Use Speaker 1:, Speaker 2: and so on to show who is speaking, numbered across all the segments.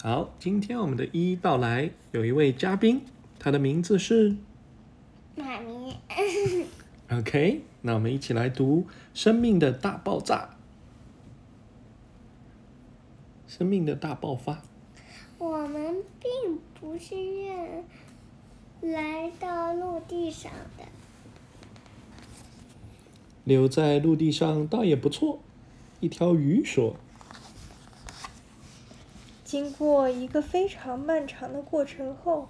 Speaker 1: 好，今天我们的一一到来有一位嘉宾，他的名字是
Speaker 2: 妈咪，
Speaker 1: OK。那我们一起来读《生命的大爆炸》，生命的大爆发。
Speaker 2: 我们并不是愿来到陆地上的，
Speaker 1: 留在陆地上倒也不错。一条鱼说
Speaker 3: 经过一个非常漫长的过程后，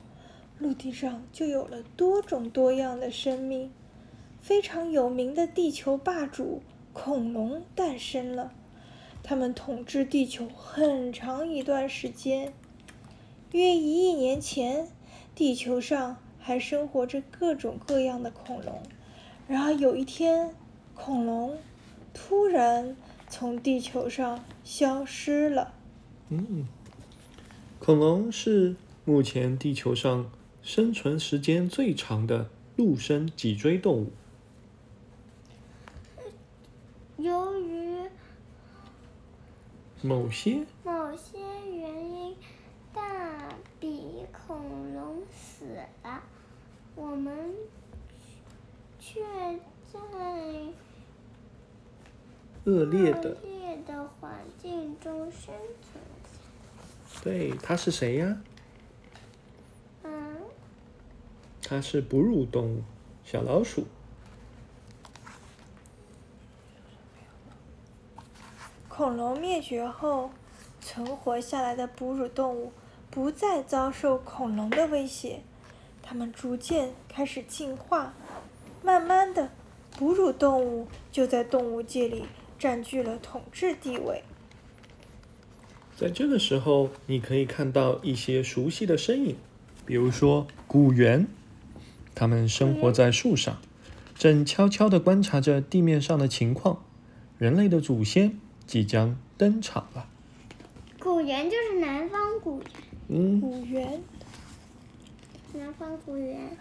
Speaker 3: 陆地上就有了多种多样的生命。非常有名的地球霸主恐龙诞生了，他们统治地球很长一段时间。约一亿年前，地球上还生活着各种各样的恐龙。然而有一天，恐龙突然从地球上消失了。：“
Speaker 1: 嗯，恐龙是目前地球上生存时间最长的陆生脊椎动物。
Speaker 2: 由于
Speaker 1: 某些
Speaker 2: 某些原因，大比恐龙死了，我们却在
Speaker 1: 恶劣
Speaker 2: 恶
Speaker 1: 的，
Speaker 2: 劣的环境中生存。
Speaker 1: 对，它是谁呀、
Speaker 2: 嗯，
Speaker 1: 它是哺乳动物，小老鼠。
Speaker 3: 恐龙灭绝后，存活下来的哺乳动物不再遭受恐龙的威胁，它们逐渐开始进化。慢慢的，哺乳动物就在动物界里占据了统治地位。
Speaker 1: 在这个时候，你可以看到一些熟悉的身影，比如说古猿，它们生活在树上，正悄悄地观察着地面上的情况。人类的祖先即将登场了。
Speaker 2: 古猿就是南方古猿，
Speaker 1: 嗯，
Speaker 3: 古猿
Speaker 2: 南方古猿。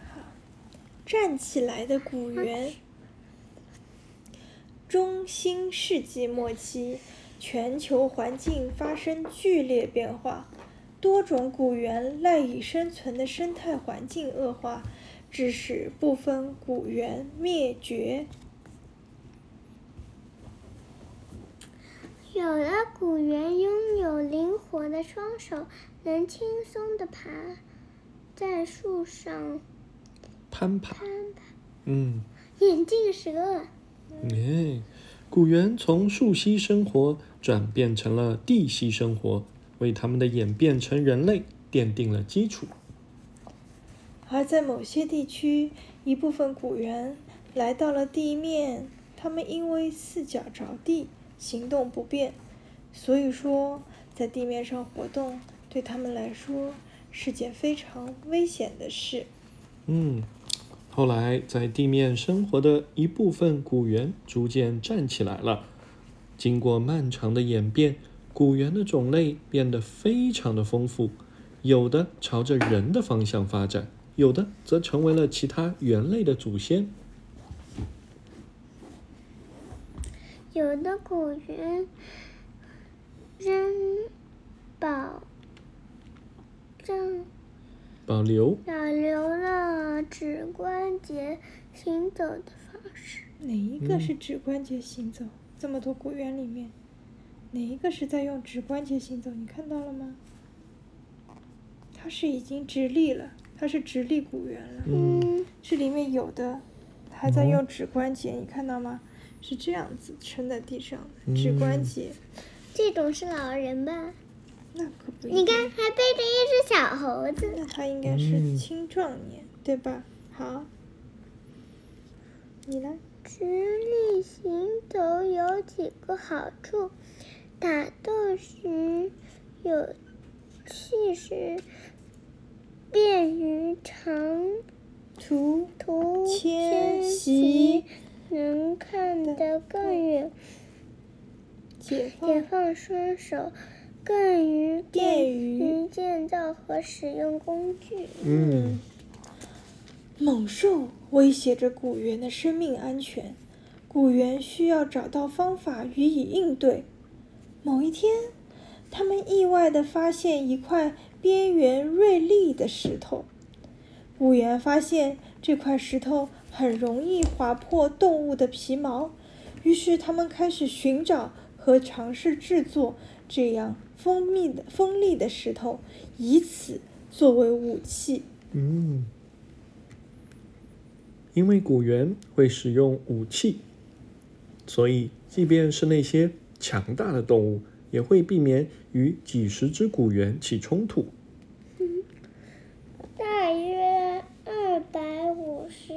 Speaker 3: 站起来的古猿。中新世纪末期，全球环境发生剧烈变化，多种古猿赖以生存的生态环境恶化，致使部分古猿灭绝。
Speaker 2: 有了古猿拥有灵活的双手，能轻松地爬在树上
Speaker 1: 攀爬。
Speaker 2: 攀爬。
Speaker 1: 嗯，
Speaker 2: 眼镜蛇，
Speaker 1: 耶、古猿从树栖生活转变成了地栖生活，为它们的演变成人类奠定了基础。
Speaker 3: 而在某些地区，一部分古猿来到了地面，它们因为四脚着地，行动不便，所以说在地面上活动对它们来说是件非常危险的事。
Speaker 1: 嗯，后来在地面生活的一部分古猿逐渐站起来了。经过漫长的演变，古猿的种类变得非常的丰富，有的朝着人的方向发展，有的则成为了其他猿类的祖先。
Speaker 2: 有的古猿扔保证
Speaker 1: 保留
Speaker 2: 保留了指关节行走的方式。
Speaker 3: 哪一
Speaker 1: 嗯
Speaker 3: 个是指关节行走？这么多古猿里面，哪一个是在用指关节行走？你看到了吗？它是已经直立了，它是直立古猿了。
Speaker 1: 嗯，
Speaker 3: 这里面有的还在
Speaker 1: 哦
Speaker 3: 用指关节，你看到吗？是这样子撑在地上的，
Speaker 1: 嗯
Speaker 3: 指关节，
Speaker 2: 这种是老人吧？
Speaker 3: 那可不一定。
Speaker 2: 你看，，还背着一只小猴子。
Speaker 3: 那他应该
Speaker 1: 嗯
Speaker 3: 是青壮年，对吧？好，你来，
Speaker 2: 直立行走有几个好处：打斗时有气势，便于长
Speaker 3: 图
Speaker 2: 途
Speaker 3: 迁
Speaker 2: 徙
Speaker 3: 徙，
Speaker 2: 能看得更远，
Speaker 3: 解
Speaker 2: 解
Speaker 3: 放
Speaker 2: 放双手，更于
Speaker 3: 便
Speaker 2: 于
Speaker 3: 于
Speaker 2: 建造和使用工具。
Speaker 1: 嗯，
Speaker 3: 猛兽威胁着古猿的生命安全，古猿需要找到方法予以应对。某一天，他们意外地发现一块边缘锐利的石头。古猿发现这块石头很容易划破动物的皮毛，于是他们开始寻找和尝试制作这样锋利的锋利的石头，以此作为武器。
Speaker 1: 嗯，因为古猿会使用武器，所以即便是那些强大的动物，也会避免与几十只古猿起冲突。
Speaker 2: 大约二百五十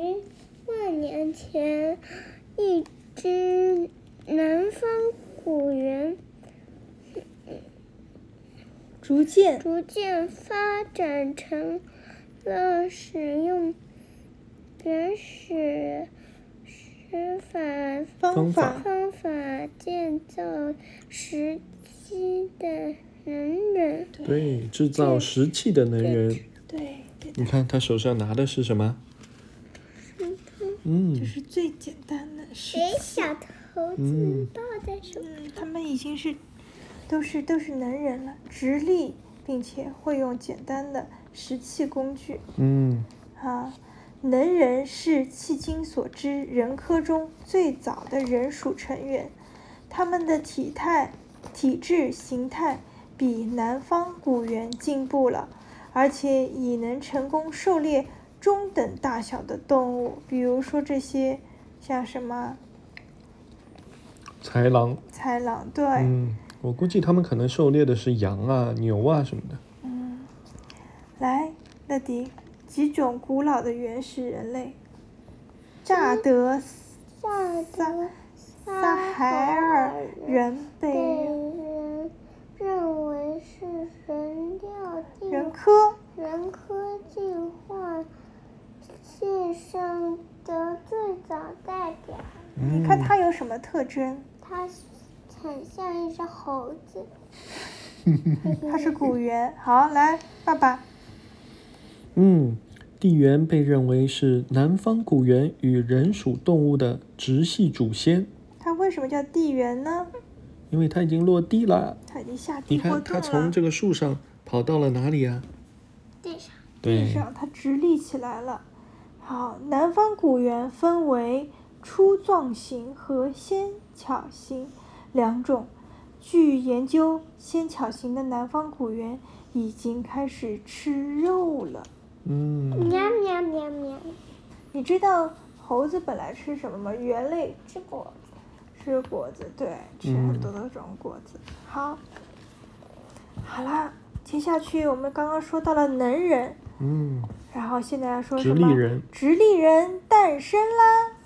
Speaker 2: 万年前，一只南方古猿
Speaker 3: 逐渐，
Speaker 2: 逐渐发展成了使用原始石法
Speaker 1: 方
Speaker 3: 方
Speaker 1: 法
Speaker 3: 法
Speaker 2: 方法建造时期的能人。
Speaker 1: 对，制造石器的能源，
Speaker 3: 对，对
Speaker 1: 你看他手上拿的是什么？
Speaker 3: 这
Speaker 1: 嗯，
Speaker 3: 是最简单的事
Speaker 2: 给。小猴子
Speaker 1: 嗯
Speaker 2: 抱在手，
Speaker 3: 嗯，他们已经是都是都是能人了，直立，并且会用简单的石器工具。
Speaker 1: 嗯，
Speaker 3: 啊，能人是迄今所知人科中最早的人属成员，他们的体态、体质、形态比南方古猿进步了，而且已能成功狩猎中等大小的动物，比如说这些像什么
Speaker 1: 豺狼，
Speaker 3: 豺狼，对，
Speaker 1: 嗯，我估计他们可能狩猎的是羊啊、牛啊什么的。
Speaker 3: 来，乐迪，几种古老的原始人类，乍得
Speaker 2: 萨
Speaker 3: 嗯
Speaker 2: 德
Speaker 3: 撒海尔人
Speaker 2: 被
Speaker 3: 被
Speaker 2: 人认为是神庙进
Speaker 3: 人科。
Speaker 2: 人科进化现象的最早代表。
Speaker 1: 嗯
Speaker 3: 你看它有什么特征？
Speaker 2: 它很像一只猴子，
Speaker 3: 它是古猿。好，来，爸爸，
Speaker 1: 嗯，地缘被认为是南方古猿与人属动物的直系祖先，
Speaker 3: 它为什么叫地猿呢？
Speaker 1: 因为它已经落地了。
Speaker 3: 它已经下地
Speaker 1: 你
Speaker 3: 活
Speaker 1: 看，
Speaker 3: 动
Speaker 1: 它
Speaker 3: 了。
Speaker 1: 从这个树上跑到了哪里啊？
Speaker 2: 地上
Speaker 3: 地上它直立起来了。好，南方古猿分为粗壮型和纤巧型两种。据研究，纤巧型的南方古猿已经开始吃肉了。
Speaker 1: 嗯，
Speaker 2: 喵喵喵喵，
Speaker 3: 你知道猴子本来吃什么吗？猿类
Speaker 2: 吃果子。
Speaker 3: 吃果子，对，吃
Speaker 1: 嗯
Speaker 3: 很多的种果子。好，好啦，接下去我们刚刚说到了能人，
Speaker 1: 嗯，
Speaker 3: 然后现在要说
Speaker 1: 直
Speaker 3: 什
Speaker 1: 立
Speaker 3: 么？
Speaker 1: 人，
Speaker 3: 直立人诞生啦！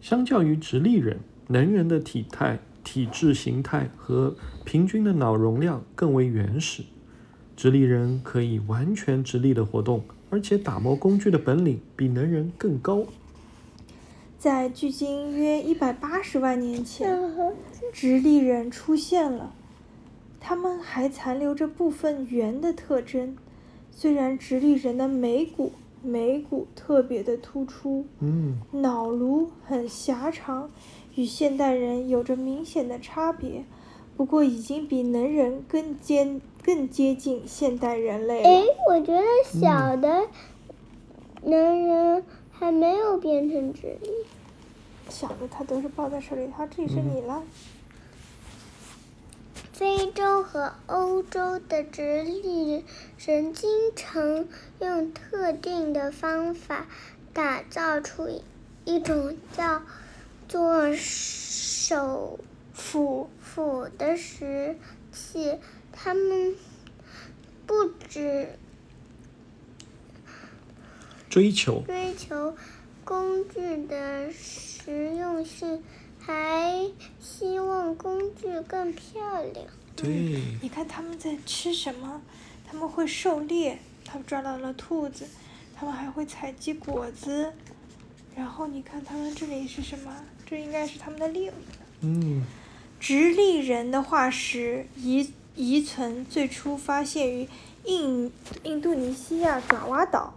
Speaker 1: 相较于直立人，能人的体态、体质形态和平均的脑容量更为原始。直立人可以完全直立的活动，而且打磨工具的本领比能人更高。
Speaker 3: 在距今约一百八十万年前，
Speaker 2: 小猴
Speaker 3: 直立人出现了，他们还残留着部分圆的特征。虽然直立人的眉骨眉骨特别的突出，
Speaker 1: 嗯
Speaker 3: 脑颅很狭长，与现代人有着明显的差别，不过已经比能人更接更接近现代人类
Speaker 2: 哎
Speaker 3: 了。，
Speaker 2: 我觉得小的男人还没有变成直立，
Speaker 3: 小的他都是抱在手里，他这里是你了。
Speaker 2: 非洲和欧洲的直立人经常用特定的方法打造出一一种叫做手
Speaker 3: 斧、
Speaker 2: 斧的石器，他们不止
Speaker 1: 追求
Speaker 2: 追求工具的实用性，还希望工具更漂亮。
Speaker 1: 对，
Speaker 3: 你看他们在吃什么？他们会狩猎，他们抓到了兔子，他们还会采集果子。然后你看他们这里是什么？这应该是他们的猎物。
Speaker 1: 嗯
Speaker 3: 直立人的化石遗遗存最初发现于印印度尼西亚爪哇岛，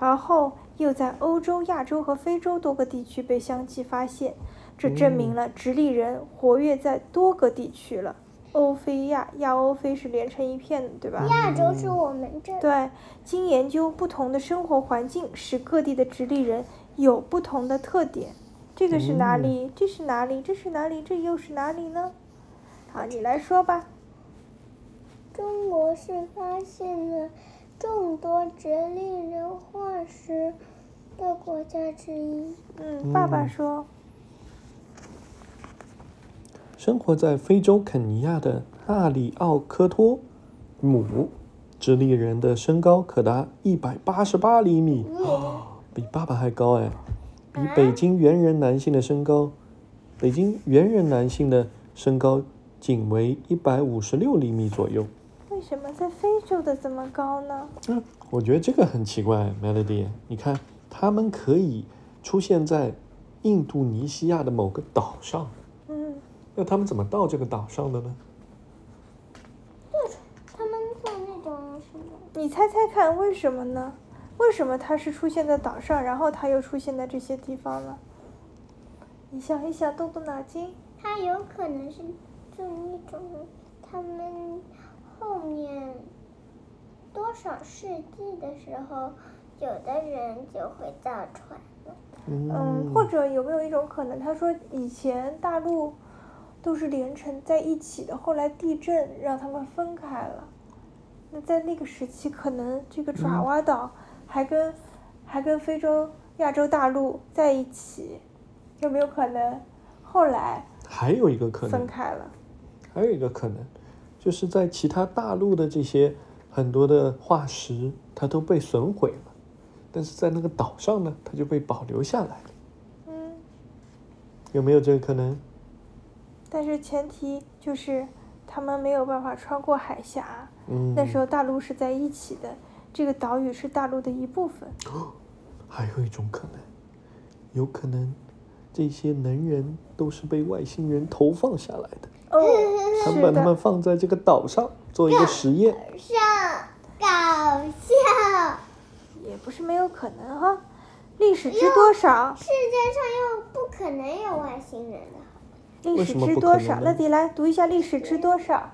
Speaker 3: 而后又在欧洲、亚洲和非洲多个地区被相继发现，这证明了直立人活跃在多个地区了。欧非亚，亚欧非是连成一片的，对吧？
Speaker 2: 亚洲是我们这儿，
Speaker 3: 对，经研究，不同的生活环境使各地的直立人有不同的特点。这个是哪里？这是哪里？这是哪里？这又是哪里呢？好，你来说吧。
Speaker 2: 中国是发现了众多直立人化石的国家之一。
Speaker 3: 嗯，爸爸
Speaker 1: 嗯
Speaker 3: 说，
Speaker 1: 生活在非洲肯尼亚的纳里奥科托姆，直立人的身高可达一百八十八厘米，比爸爸还高哎，比北京猿人男性的身高，北京猿人男性的身高仅为一百五十六厘米左右。
Speaker 3: 为什么在非洲的这么高呢？
Speaker 1: 嗯，我觉得这个很奇怪，Melody，你看他们可以出现在印度尼西亚的某个岛上，
Speaker 3: 嗯，
Speaker 1: 那他们怎么到这个岛上的呢？
Speaker 2: 他们做那种什么？
Speaker 3: 你猜猜看，为什么呢？为什么它是出现在岛上，然后它又出现在这些地方呢？你想一想，动动脑筋。
Speaker 2: 它有可能是就一种他们后面多少世纪的时候，有的人就会造船了。
Speaker 3: 嗯，或者有没有一种可能，他说以前大陆都是连成在一起的，后来地震让他们分开了。那在那个时期，可能这个
Speaker 1: 嗯
Speaker 3: 爪哇岛还跟、还跟非洲、亚洲大陆在一起，有没有可能？后来
Speaker 1: 还有一个可
Speaker 3: 分
Speaker 1: 能，
Speaker 3: 开了，
Speaker 1: 还有一个可能，就是在其他大陆的这些很多的化石，它都被损毁了，但是在那个岛上呢，它就被保留下来了。
Speaker 3: 嗯，
Speaker 1: 有没有这个可能？
Speaker 3: 但是前提就是他们没有办法穿过海峡，
Speaker 1: 嗯，
Speaker 3: 那时候大陆是在一起的，这个岛屿是大陆的一部分。
Speaker 1: 还有一种可能，有可能这些能人都是被外星人投放下来的，
Speaker 3: 哦，
Speaker 1: 他们
Speaker 3: 是
Speaker 1: 把他
Speaker 3: 的
Speaker 1: 们。放在这个岛上做一个实验。
Speaker 2: 上搞笑，
Speaker 3: 也不是没有可能哈、历史知多少？
Speaker 2: 世界上又不可能有外星人的。
Speaker 3: 历
Speaker 1: 为
Speaker 3: 史
Speaker 1: 什么
Speaker 3: 知
Speaker 1: 不
Speaker 3: 多
Speaker 1: 可
Speaker 3: 少？
Speaker 1: 能呢
Speaker 3: 乐迪来读一下历史知多少？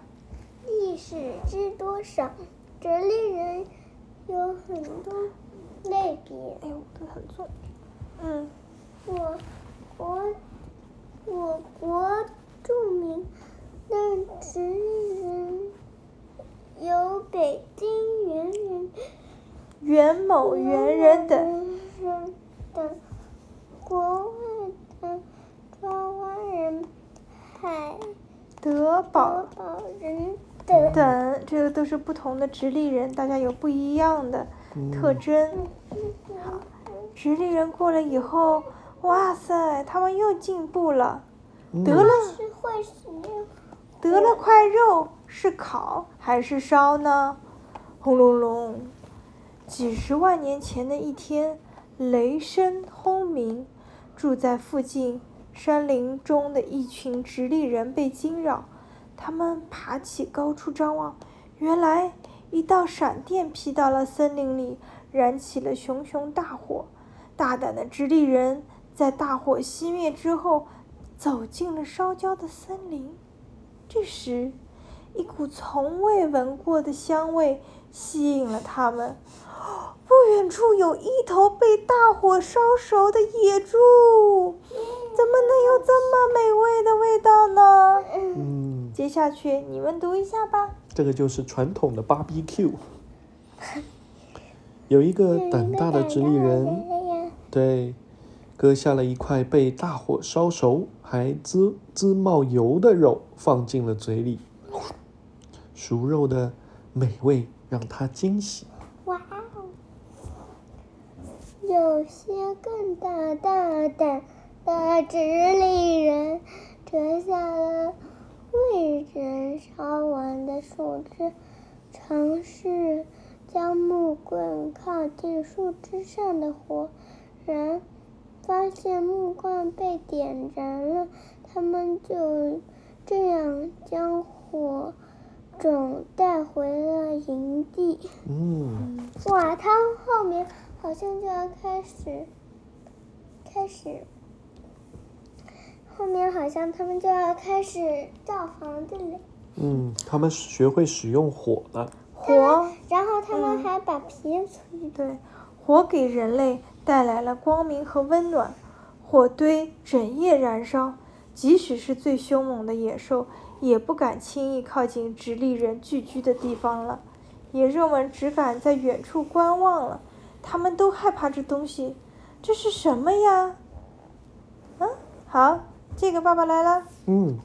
Speaker 2: 历史知多少？直立人有很多类别。
Speaker 3: 哎呦，我的很重。嗯，
Speaker 2: 我国我国著名的直立人有北京猿人、
Speaker 3: 元某元哦人等。
Speaker 2: 人等国外的爪哇人、海
Speaker 3: 德
Speaker 2: 德
Speaker 3: 宝
Speaker 2: 堡人等。
Speaker 3: 等，这个都是不同的直立人，大家有不一样的
Speaker 1: 嗯
Speaker 3: 特征。直立人过来以后，哇塞，他们又进步了，
Speaker 1: 嗯
Speaker 3: 得了
Speaker 2: 是会使用
Speaker 3: 得了块肉是烤还是烧呢？轰隆隆！几十万年前的一天，雷声轰鸣，住在附近山林中的一群直立人被惊扰，他们爬起高处张望，原来一道闪电劈到了森林里，燃起了熊熊大火。大胆的直立人在大火熄灭之后，走进了烧焦的森林。这时，一股从未闻过的香味吸引了他们。不远处有一头被大火烧熟的野猪，怎么能有这么美味的味道呢？
Speaker 1: 嗯，
Speaker 3: 接下去你们读一下吧。
Speaker 1: 这个就是传统的 BBQ。有一个胆大的直立人对，割下了一块被大火烧熟还滋滋冒油的肉，放进了嘴里。熟肉的美味让他惊喜。
Speaker 2: 哇哦！有些更大大胆的直立人折下了未人烧完的树枝，尝试将木棍靠近树枝上的火，然发现木棍被点燃了，他们就这样将火种带回了营地。
Speaker 1: 嗯，
Speaker 2: 哇，它后面好像就要开始，开始，后面好像他们就要开始造房子了。
Speaker 1: 嗯，他们学会使用火了。
Speaker 2: 嗯
Speaker 3: 火
Speaker 2: 然后他们还把皮存
Speaker 3: 对，火给人类带来了光明和温暖。火堆整夜燃烧，即使是最凶猛的野兽，也不敢轻易靠近直立人聚居的地方了。野兽们只敢在远处观望了，他们都害怕这东西。这是什么呀？嗯，好，这个爸爸来了。
Speaker 1: 嗯，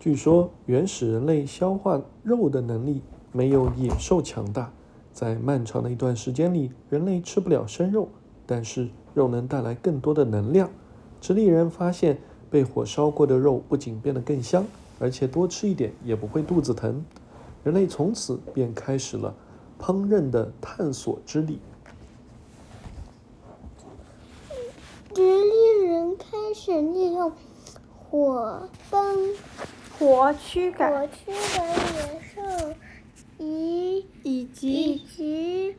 Speaker 1: 据说原始人类消化肉的能力没有野兽强大。在漫长的一段时间里，人类吃不了生肉，但是肉能带来更多的能量。直立人发现，被火烧过的肉不仅变得更香，而且多吃一点也不会肚子疼。人类从此便开始了烹饪的探索之旅。
Speaker 2: 直立人开始利用火灯
Speaker 3: 火驱赶
Speaker 2: 火驱赶野兽，以
Speaker 3: 以
Speaker 2: 以
Speaker 3: 及
Speaker 2: 及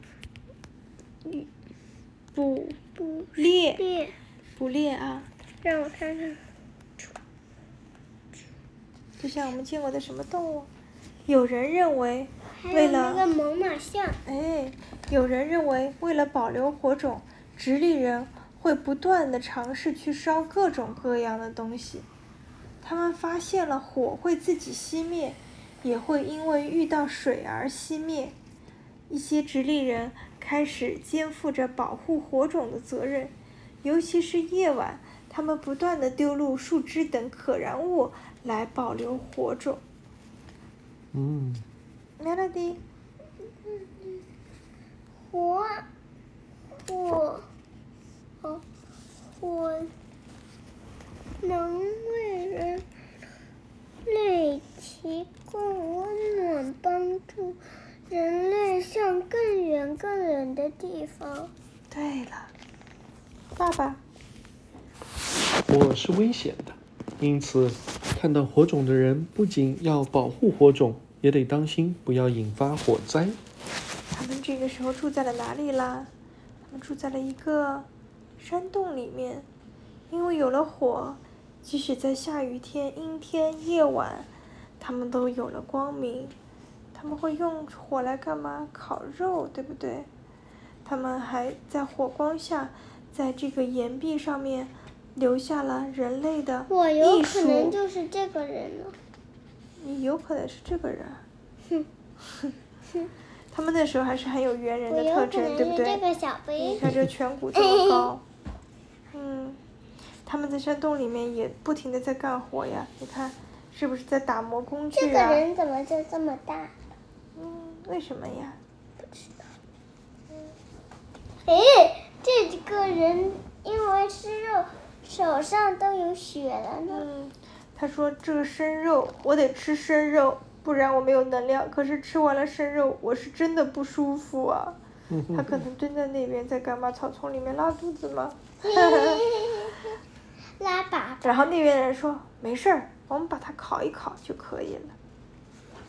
Speaker 3: 捕
Speaker 2: 捕
Speaker 3: 猎
Speaker 2: 猎。
Speaker 3: 捕猎啊，
Speaker 2: 让我看看，
Speaker 3: 就像我们见过的什么动物？有人认为
Speaker 2: 还
Speaker 3: 为
Speaker 2: 有
Speaker 3: 了
Speaker 2: 那个猛犸象，
Speaker 3: 哎，有人认为，为了保留火种，直立人会不断的尝试去烧各种各样的东西。他们发现了火会自己熄灭，也会因为遇到水而熄灭。一些直立人开始肩负着保护火种的责任，尤其是夜晚，他们不断的丢入树枝等可燃物来保留火种。
Speaker 1: 嗯，
Speaker 3: Melody，
Speaker 2: 火，火，哦，火能为人类提供温暖，帮助人类向更远更远的地方。
Speaker 3: 对了，爸爸。
Speaker 1: 火是危险的，因此看到火种的人不仅要保护火种，也得当心不要引发火灾。
Speaker 3: 他们这个时候住在了哪里啦？他们住在了一个山洞里面，因为有了火，即使在下雨天、阴天、夜晚，他们都有了光明。他们会用火来干嘛？烤肉，对不对？他们还在火光下，在这个岩壁上面留下了人类的
Speaker 2: 我有
Speaker 3: 艺
Speaker 2: 可
Speaker 3: 术。
Speaker 2: 能就是这个人了。
Speaker 3: 你有可能是这个人。
Speaker 2: 哼，
Speaker 3: 他们那时候还是很有猿人
Speaker 2: 我
Speaker 3: 的
Speaker 2: 有
Speaker 3: 特
Speaker 2: 可
Speaker 3: 征，
Speaker 2: 能
Speaker 3: 对不
Speaker 2: 是这
Speaker 3: 对？
Speaker 2: 个小
Speaker 3: 你
Speaker 2: 杯。
Speaker 3: 看这颧骨这么 高，嗯，他们在山洞里面也不停的在干活呀，你看是不是在打磨工
Speaker 2: 这
Speaker 3: 具
Speaker 2: 个
Speaker 3: 啊？
Speaker 2: 人怎么就这么大？
Speaker 3: 嗯，为什么呀？
Speaker 2: 哎，这个人因为吃肉，手上都有血了呢。
Speaker 3: 嗯，他说这个生肉我得吃生肉，不然我没有能量。可是吃完了生肉，我是真的不舒服啊。
Speaker 1: 嗯
Speaker 3: 他可能蹲在那边在干嘛？草丛里面拉肚子吗？
Speaker 2: 拉粑粑，
Speaker 3: 然后那边人说没事儿，我们把它烤一烤就可以了。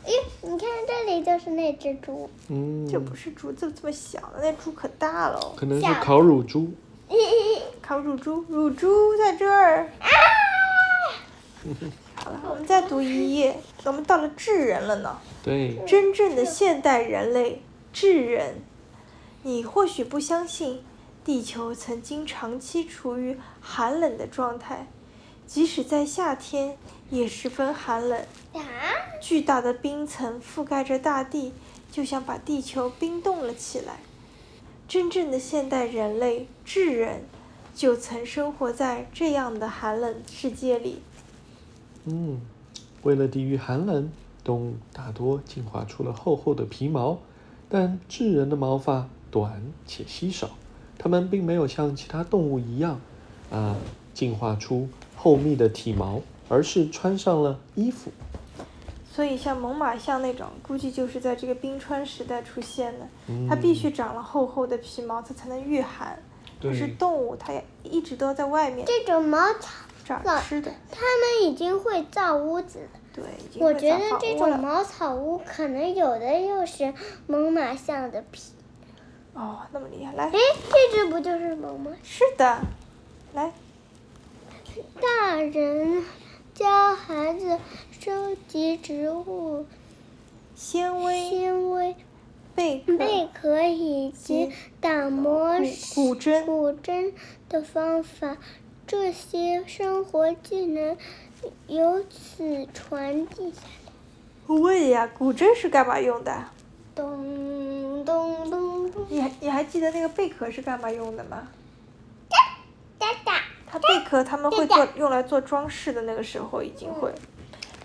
Speaker 2: 哎，你看这里就是那只猪，
Speaker 1: 嗯，
Speaker 3: 这不是猪，这这么小的，那猪可大了哦。
Speaker 1: 可能是烤乳猪。
Speaker 3: 烤乳猪，乳猪在这儿。好了，我们再读一页，我们到了智人了呢。
Speaker 1: 对，
Speaker 3: 真正的现代人类，智人。你或许不相信，地球曾经长期处于寒冷的状态，即使在夏天也十分寒冷。
Speaker 2: 啊，
Speaker 3: 巨大的冰层覆盖着大地，就像把地球冰冻了起来。真正的现代人类智人，就曾生活在这样的寒冷世界里。
Speaker 1: 嗯，为了抵御寒冷，动物大多进化出了厚厚的皮毛，但智人的毛发短且稀少，它们并没有像其他动物一样啊进化出厚密的体毛，而是穿上了衣服。
Speaker 3: 所以，像猛犸象那种，估计就是在这个冰川时代出现的。它必须长了厚厚的皮毛，它才能御寒。可是
Speaker 1: 对
Speaker 3: 动物，它也一直都在外面
Speaker 2: 这种毛草，
Speaker 3: 找
Speaker 2: 老
Speaker 3: 吃的。
Speaker 2: 它们已经会造屋子了。
Speaker 3: 对，已经
Speaker 2: 我
Speaker 3: 会
Speaker 2: 觉
Speaker 3: 长
Speaker 2: 得
Speaker 3: 好
Speaker 2: 这
Speaker 3: 窝
Speaker 2: 种
Speaker 3: 了
Speaker 2: 茅草屋可能有的又是猛犸象的皮。
Speaker 3: 哦，那么厉害，来
Speaker 2: 哎，，这只不就是猛犸？
Speaker 3: 是的，来，
Speaker 2: 大人教孩子收集植物
Speaker 3: 纤维、
Speaker 2: 纤维、
Speaker 3: 贝
Speaker 2: 贝
Speaker 3: 壳、
Speaker 2: 壳以及打磨
Speaker 3: 骨骨针
Speaker 2: 骨针的方法，这些生活技能由此传递。
Speaker 3: 我问呀，骨针是干嘛用的？
Speaker 2: 咚咚咚咚，
Speaker 3: 你还你还记得那个贝壳是干嘛用的吗？
Speaker 2: 哒哒。
Speaker 3: 它贝壳他们会做用来做装饰的那个时候已经会，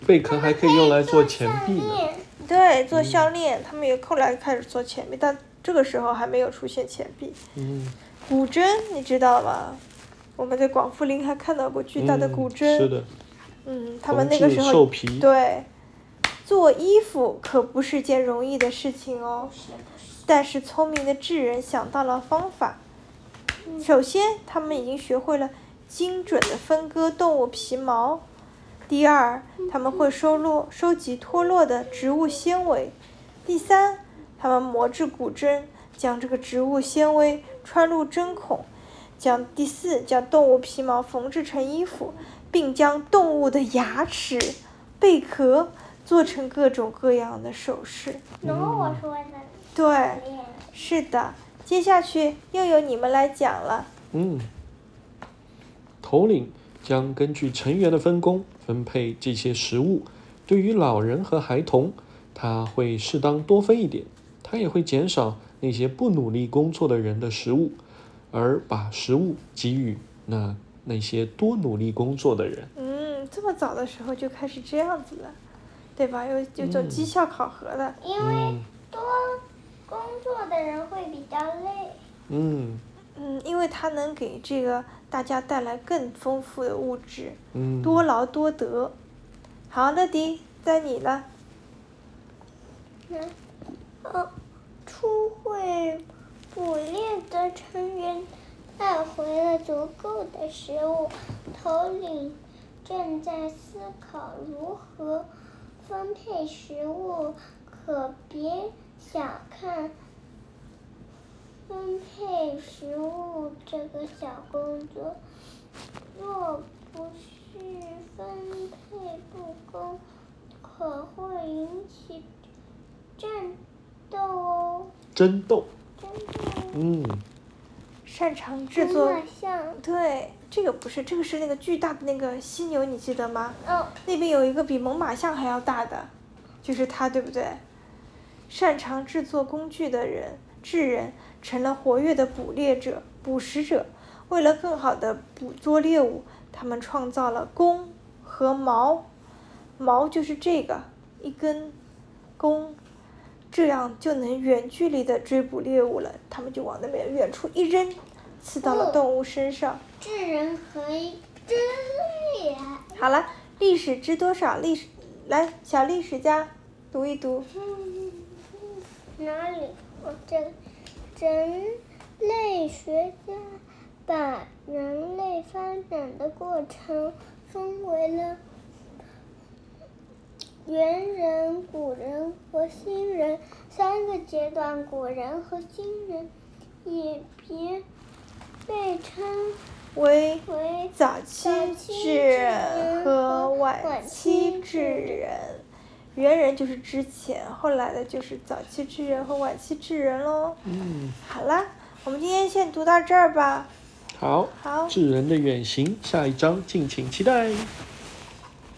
Speaker 1: 贝壳还可以用来做钱币
Speaker 2: 项
Speaker 1: 呢。
Speaker 2: 链
Speaker 3: 对，做项链，他们也后来开始做钱币，但这个时候还没有出现钱币。
Speaker 1: 嗯，
Speaker 3: 古筝你知道吗？我们在广富林还看到过巨大的古筝。
Speaker 1: 嗯是的，
Speaker 3: 嗯，他们
Speaker 1: 缝
Speaker 3: 那个
Speaker 1: 制
Speaker 3: 时候
Speaker 1: 兽皮
Speaker 3: 对做衣服可不是件容易的事情哦。但是聪明的智人想到了方法。首先，他们已经学会了精准的分割动物皮毛。第二，他们会收落收集脱落的植物纤维。第三，他们磨制骨针，将这个植物纤维穿入针孔。将第四将动物皮毛缝制成衣服，并将动物的牙齿、贝壳做成各种各样的首饰。
Speaker 2: 然后我说的
Speaker 3: 对，
Speaker 2: 链，
Speaker 3: 是的。接下去又由你们来讲了。
Speaker 1: 嗯，头领将根据成员的分工分配这些食物。对于老人和孩童，他会适当多分一点，他也会减少那些不努力工作的人的食物，而把食物给予那那些多努力工作的人。
Speaker 3: 嗯，这么早的时候就开始这样子了，对吧？有有种
Speaker 1: 嗯
Speaker 3: 绩效考核的。
Speaker 2: 因为
Speaker 1: 嗯
Speaker 2: 多工作的人会比较累。
Speaker 1: 嗯
Speaker 3: 嗯，因为它能给这个大家带来更丰富的物质，
Speaker 1: 嗯，
Speaker 3: 多劳多得。好，乐迪，在你呢。
Speaker 2: 嗯，呃，初会捕猎的成员带回了足够的食物，头领正在思考如何分配食物，可别小看分配食物这个小工作，若不是分配不公，可会引起战斗哦，
Speaker 1: 争斗。
Speaker 2: 真的
Speaker 1: 嗯
Speaker 3: 擅长制
Speaker 2: 真
Speaker 3: 作
Speaker 2: 的像，
Speaker 3: 对，这个不是，这个是那个巨大的那个犀牛，你记得吗？
Speaker 2: 哦，
Speaker 3: 那边有一个比猛犸象还要大的，就是它，对不对？擅长制作工具的人，智人成了活跃的捕猎者、捕食者。为了更好的捕捉猎物，他们创造了弓和矛。矛就是这个一根弓，这样就能远距离的追捕猎物了。他们就往那边远处一扔，刺到了
Speaker 2: 哦
Speaker 3: 动物身上。
Speaker 2: 这人可以真厉害。
Speaker 3: 好了，历史知多少？历史来，小历史家读一读。
Speaker 2: 哪里？我这人类学家把人类发展的过程分为了猿人、古人和新人三个阶段。古人和新人也别被称
Speaker 3: 为
Speaker 2: 为
Speaker 3: 早期智人和晚期智人，猿人就是之前，后来的就是早期智人和晚期智人喽。
Speaker 1: 嗯，
Speaker 3: 好啦，我们今天先读到这儿吧。
Speaker 1: 好。
Speaker 3: 好，
Speaker 1: 智人的远行，下一章敬请期待。